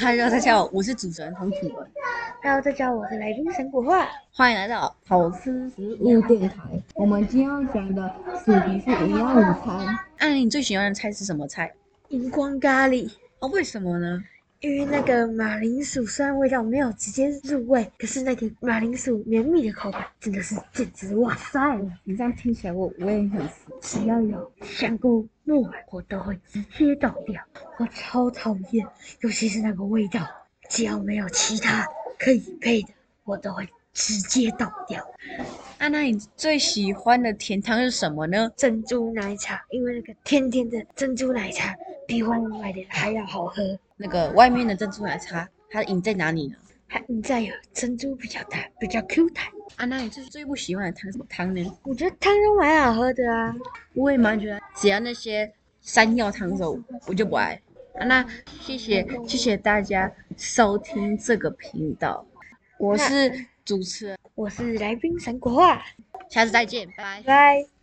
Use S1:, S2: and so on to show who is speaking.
S1: Hello，大家好，我是主持人童启文，
S2: Hello，大家好，我是来宾神谷画。
S1: 欢迎来到
S3: 好吃食物电台。我们今天要讲的主题是营养午餐。
S1: 安妮，你最喜欢的菜是什么菜？
S2: 荧光咖喱，
S1: 哦，为什么呢？
S2: 因为嗯那个马铃薯虽然味道没有直接入味，可是那个马铃薯绵密的口感真的是简直哇塞！
S3: 你这样听起来我，我也很吃。
S2: 只要有香菇、木耳，我都会直接倒掉，我超讨厌，尤其是那个味道。只要没有其他可以配的，我都会直接倒掉。
S1: 安娜，你最喜欢的甜汤是什么呢？
S2: 珍珠奶茶，因为那个甜甜的珍珠奶茶比外面买的还要好喝。
S1: 那个外面的珍珠奶茶，它的赢在哪里呢？
S2: 还你再有珍珠比较大，比较 Q 弹。
S1: 安娜，你最最不喜欢的汤是什么汤呢？
S2: 我觉得汤都蛮好喝的啊。
S1: 我也蛮觉得，只要那些山药汤头，我就不爱。安娜，谢谢谢谢大家收听这个频道，我是主持人，
S2: 我是来宾神国画，
S1: 下次再见，拜拜。
S2: 拜。